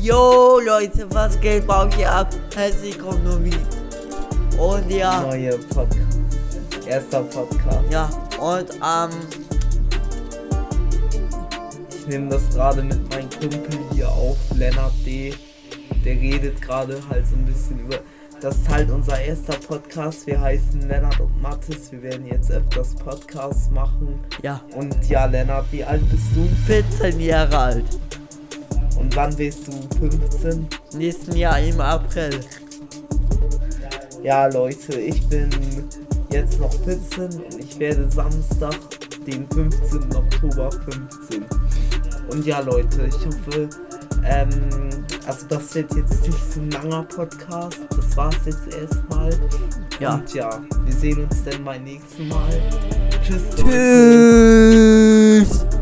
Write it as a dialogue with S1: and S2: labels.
S1: Jo Leute, was geht bei euch ab? Herzlich willkommen Nomi. Und ja,
S2: Neue Podcast. Erster Podcast.
S1: ja, und ähm,
S2: Ich nehme das gerade mit meinem Kumpel hier auf, Lennart D. Der redet gerade halt so ein bisschen über. Das ist halt unser erster Podcast. Wir heißen Lennart und Mathis. Wir werden jetzt öfters Podcasts machen.
S1: ja,
S2: Und ja, Lennart, wie alt bist du?
S1: 14 Jahre alt.
S2: Und wann wirst du 15?
S1: Nächsten Jahr im April.
S2: Ja, Leute, ich bin jetzt noch 14 und ich werde Samstag, den 15. Oktober 15. Und ja, Leute, ich hoffe, ähm, also das wird jetzt nicht so ein langer Podcast. Das war's jetzt erstmal.
S1: Ja.
S2: Und ja, wir sehen uns dann beim nächsten Mal. Tschüss. Leute.
S1: Tschüss.